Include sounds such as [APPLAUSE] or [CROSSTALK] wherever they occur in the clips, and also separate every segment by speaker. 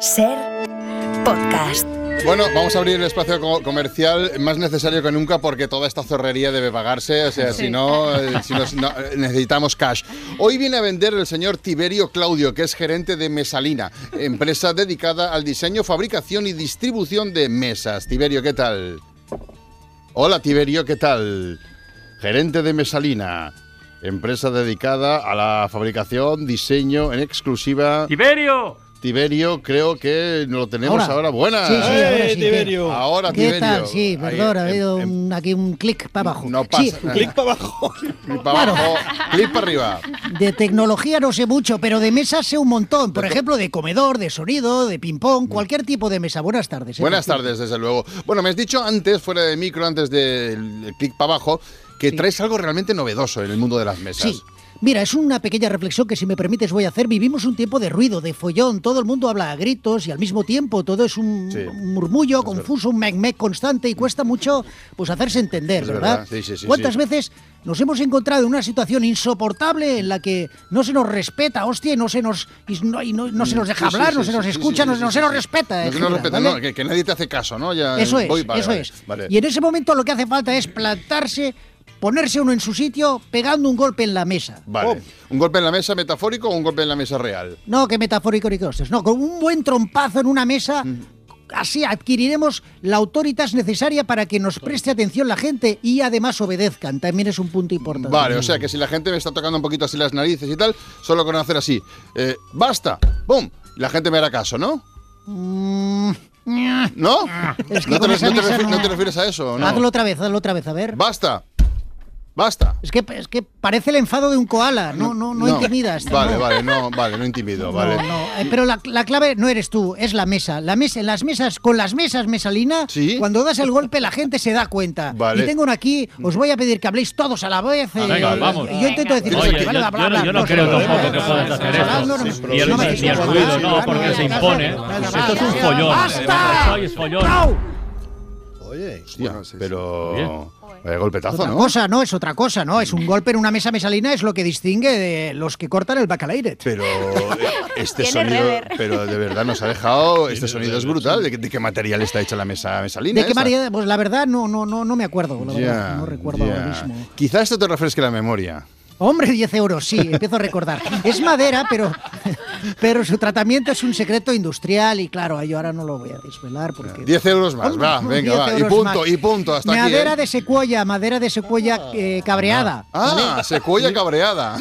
Speaker 1: Ser podcast.
Speaker 2: Bueno, vamos a abrir el espacio co- comercial más necesario que nunca porque toda esta zorrería debe pagarse, o sea, si no, eh, si nos- no, eh, necesitamos cash. Hoy viene a vender el señor Tiberio Claudio, que es gerente de Mesalina, empresa dedicada al diseño, fabricación y distribución de mesas. Tiberio, ¿qué tal? Hola, Tiberio, ¿qué tal? Gerente de Mesalina, empresa dedicada a la fabricación, diseño en exclusiva.
Speaker 3: Tiberio.
Speaker 2: Tiberio, creo que lo tenemos ahora.
Speaker 4: Ahora.
Speaker 2: Buenas.
Speaker 4: Sí, sí, ahora sí, Tiberio.
Speaker 2: Ahora,
Speaker 4: ¿Qué
Speaker 2: Tiberio.
Speaker 4: tal? Sí, perdón, ha
Speaker 2: Ahí,
Speaker 4: habido
Speaker 2: em,
Speaker 4: un- aquí un clic para abajo.
Speaker 2: No pasa
Speaker 4: Sí,
Speaker 2: nada. Clic para
Speaker 5: abajo.
Speaker 2: clic para abajo, clic para arriba.
Speaker 4: de tecnología no sé mucho, pero de mesa sé un montón. Por ejemplo, de comedor, de sonido, de ping-pong, cualquier tipo de mesa. Buenas tardes. eh,
Speaker 2: Mm. Buenas
Speaker 4: por cierto.
Speaker 2: tardes, desde luego. Bueno, me has dicho antes, fuera de micro, antes del clic para abajo, que traes algo realmente novedoso en el mundo de las mesas.
Speaker 4: Sí. Mira, es una pequeña reflexión que si me permites voy a hacer. Vivimos un tiempo de ruido, de follón, todo el mundo habla a gritos y al mismo tiempo todo es un,
Speaker 2: Sí.
Speaker 4: un murmullo confuso, un mec-mec constante y cuesta mucho pues hacerse entender,
Speaker 2: Es
Speaker 4: ¿verdad?
Speaker 2: verdad, sí, sí, sí,
Speaker 4: ¿Cuántas
Speaker 2: sí.
Speaker 4: veces nos hemos encontrado en una situación insoportable en la que no se nos respeta, hostia, y no se nos, y no, y no- no se nos deja
Speaker 2: Mm. Sí, sí,
Speaker 4: hablar, no
Speaker 2: sí,
Speaker 4: se
Speaker 2: sí,
Speaker 4: nos
Speaker 2: sí,
Speaker 4: escucha,
Speaker 2: sí,
Speaker 4: no,
Speaker 2: sí,
Speaker 4: no
Speaker 2: sí,
Speaker 4: se nos
Speaker 2: sí.
Speaker 4: respeta.
Speaker 2: No
Speaker 4: en
Speaker 2: se nos
Speaker 4: general,
Speaker 2: respeta,
Speaker 4: ¿vale?
Speaker 2: no, que, que nadie te hace caso, ¿no? Ya
Speaker 4: Eso es,
Speaker 2: voy, vale,
Speaker 4: eso
Speaker 2: vale,
Speaker 4: es.
Speaker 2: vale.
Speaker 4: Y en ese momento lo que hace falta es plantarse, ponerse uno en su sitio, pegando un golpe en la mesa.
Speaker 2: Vale. ¿Un golpe en la mesa metafórico o un golpe en la mesa real?
Speaker 4: No, qué metafórico ni qué hostias. No, con un buen trompazo en una mesa,
Speaker 2: Mm.
Speaker 4: así adquiriremos la autoritas necesaria para que nos preste atención la gente y además obedezcan. También es un punto importante.
Speaker 2: Vale, o sea que si la gente me está tocando un poquito así las narices y tal, solo con hacer así, eh, basta, ¡bum! La gente me hará caso, ¿no?
Speaker 4: Mm, ña.
Speaker 2: ¿No?
Speaker 4: Ah. Es que
Speaker 2: ¿No, te,
Speaker 4: con
Speaker 2: re-
Speaker 4: esa
Speaker 2: no te
Speaker 4: mesa
Speaker 2: refi-
Speaker 4: no.
Speaker 2: no te refieres a eso? ¿no?
Speaker 4: Hazlo otra vez, hazlo otra vez, a ver.
Speaker 2: Basta, basta.
Speaker 4: Es que, es que parece el enfado de un koala, no, no, no, intimidas.
Speaker 2: Vale,
Speaker 4: no.
Speaker 2: vale, no, vale, no intimido, vale.
Speaker 4: No, no, eh, pero la, la clave no eres tú, es la mesa. La mesa, las mesas, con las mesas, mesalina,
Speaker 2: Sí.
Speaker 4: cuando das el golpe la gente se da cuenta.
Speaker 2: Vale.
Speaker 4: Y tengo una aquí, os voy a pedir que habléis todos a la vez.
Speaker 2: Ah,
Speaker 4: eh,
Speaker 2: venga,
Speaker 4: y
Speaker 2: vamos.
Speaker 4: Yo intento decir,
Speaker 2: Oye,
Speaker 4: "Vale,
Speaker 2: yo-
Speaker 4: bla, bla,
Speaker 3: yo no-
Speaker 4: bla,
Speaker 3: yo no
Speaker 4: bla,
Speaker 3: creo
Speaker 4: bla,
Speaker 3: tampoco
Speaker 4: bla,
Speaker 3: que
Speaker 4: bla,
Speaker 3: puedas
Speaker 4: bla, bla,
Speaker 3: hacer
Speaker 4: bla,
Speaker 3: eso.
Speaker 4: bla, bla,
Speaker 2: Sin
Speaker 4: bla,
Speaker 3: Ni el,
Speaker 4: bla, bla,
Speaker 3: ni el
Speaker 4: bla,
Speaker 3: ruido,
Speaker 4: bla,
Speaker 3: no,
Speaker 4: bla,
Speaker 3: porque
Speaker 4: bla,
Speaker 3: se
Speaker 4: bla,
Speaker 3: impone.
Speaker 4: bla, bla,
Speaker 3: Esto es un
Speaker 4: bla,
Speaker 3: follón.
Speaker 4: ¡Basta!
Speaker 3: Esto es follón.
Speaker 4: ¡Au!
Speaker 5: Oye,
Speaker 2: Hostia,
Speaker 3: Bien.
Speaker 2: pero. Vaya golpetazo,
Speaker 4: Otra
Speaker 2: ¿no?
Speaker 4: cosa, no, es otra cosa, ¿no? Es un golpe en una mesa mesalina, es lo que distingue de los que cortan el bacalaire.
Speaker 2: Pero eh, este
Speaker 6: Tiene
Speaker 2: sonido,
Speaker 6: rever.
Speaker 2: pero de verdad nos ha dejado. Este sonido es brutal. ¿De, qué- de qué material está hecha la mesa mesalina?
Speaker 4: ¿De qué
Speaker 2: esa?
Speaker 4: manera? Pues la verdad no, no, no, no me acuerdo, la verdad,
Speaker 2: Ya,
Speaker 4: no recuerdo
Speaker 2: ya.
Speaker 4: ahora mismo.
Speaker 2: Quizá esto te refresque la memoria.
Speaker 4: Hombre, 10 euros, sí, empiezo a recordar. Es madera, pero, pero su tratamiento es un secreto industrial y claro, yo ahora no lo voy a desvelar porque...
Speaker 2: 10 euros más,
Speaker 4: Hombre,
Speaker 2: va, venga,
Speaker 4: 10
Speaker 2: va. Y
Speaker 4: euros
Speaker 2: punto,
Speaker 4: más.
Speaker 2: y punto, hasta aquí.
Speaker 4: madera
Speaker 2: ¿eh?
Speaker 4: de secuoya, madera de secuoya eh, cabreada.
Speaker 2: Ah, secuoya cabreada.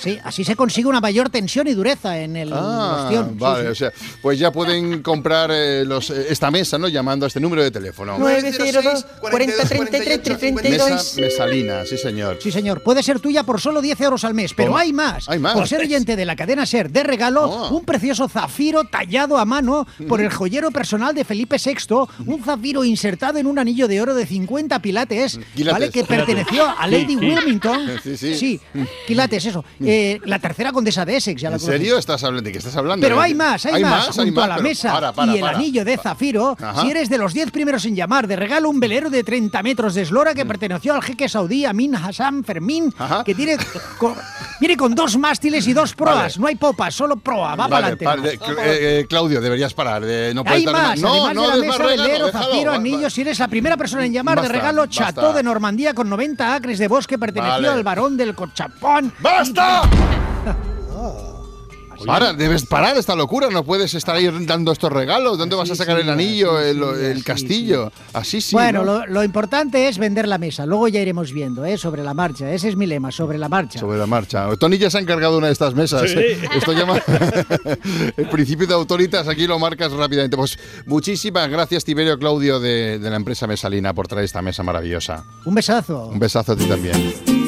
Speaker 4: Sí, así se consigue una mayor tensión y dureza en el
Speaker 2: Ah,
Speaker 4: ostión, sí,
Speaker 2: vale,
Speaker 4: sí.
Speaker 2: o sea, pues ya pueden comprar eh, los, eh, esta mesa, ¿no? Llamando a este número de teléfono.
Speaker 7: 902 40 33
Speaker 2: Mesa
Speaker 7: 32.
Speaker 2: Mesalina, sí señor.
Speaker 4: Pues Sí, señor, puede ser tuya por solo 10 euros al mes, pero
Speaker 2: Toma.
Speaker 4: hay más.
Speaker 2: Hay más.
Speaker 4: Por ser oyente de la cadena Ser de regalo,
Speaker 2: Oh. Mm.
Speaker 4: un precioso zafiro tallado a mano por el joyero personal de Felipe VI, un zafiro insertado en un anillo de oro de 50 pilates,
Speaker 2: Mm, Quilates.
Speaker 4: ¿vale? que
Speaker 2: Quilates.
Speaker 4: perteneció a Lady
Speaker 3: Sí, sí.
Speaker 4: Wilmington.
Speaker 2: [LAUGHS] Sí, sí. Mm.
Speaker 4: quilates, eso. Eh, la tercera condesa de Essex, ya la
Speaker 2: ¿En
Speaker 4: conoces.
Speaker 2: serio estás hablando de qué estás hablando?
Speaker 4: Pero hay más, hay, más, junto
Speaker 2: hay
Speaker 4: a la
Speaker 2: pero
Speaker 4: mesa
Speaker 2: para, para,
Speaker 4: y el
Speaker 2: para. Ah,
Speaker 4: anillo de zafiro.
Speaker 2: Ajá.
Speaker 4: Si eres de los 10 primeros en llamar, de regalo un velero de 30 metros de eslora que perteneció al jeque saudí Amin Hassan Fermín,
Speaker 2: Mm. Ajá.
Speaker 4: que tiene con, viene con dos mástiles y dos
Speaker 2: Vale.
Speaker 4: proas. No hay popa, solo proa. Va
Speaker 2: Vale,
Speaker 4: para
Speaker 2: para,
Speaker 4: adelante.
Speaker 2: eh, eh, eh, Claudio, deberías parar. eh, no puedes
Speaker 4: Hay
Speaker 2: dar
Speaker 4: más,
Speaker 2: No,
Speaker 4: además
Speaker 2: no,
Speaker 4: de la
Speaker 2: des
Speaker 4: mesa,
Speaker 2: más regalo,
Speaker 4: velero,
Speaker 2: déjalo,
Speaker 4: zafiro,
Speaker 2: va- va-
Speaker 4: anillo. Si eres la primera persona en llamar,
Speaker 2: Basta,
Speaker 4: de regalo
Speaker 2: basta.
Speaker 4: Chateau de Normandía con 90 acres de bosque perteneció
Speaker 2: Vale.
Speaker 4: al barón del Corchapón. [LAUGHS]
Speaker 2: ¡Basta! Para, debes parar esta locura, no puedes estar ahí dando estos regalos. ¿Dónde vas a sacar el anillo, el, el castillo? Así sí.
Speaker 4: bueno,
Speaker 2: ¿no?
Speaker 4: lo, lo importante es vender la mesa. Luego ya iremos viendo, ¿eh? Sobre la marcha. Ese es mi lema, sobre la marcha.
Speaker 2: Sobre la marcha. Tony ya se ha encargado una de estas mesas. ¿eh? Esto llama [LAUGHS] el principio de autoritas, aquí lo marcas rápidamente. Pues muchísimas gracias, Tiberio Claudio, de, de la empresa Mesalina, por traer esta mesa maravillosa.
Speaker 4: Un besazo.
Speaker 2: Un besazo a ti también.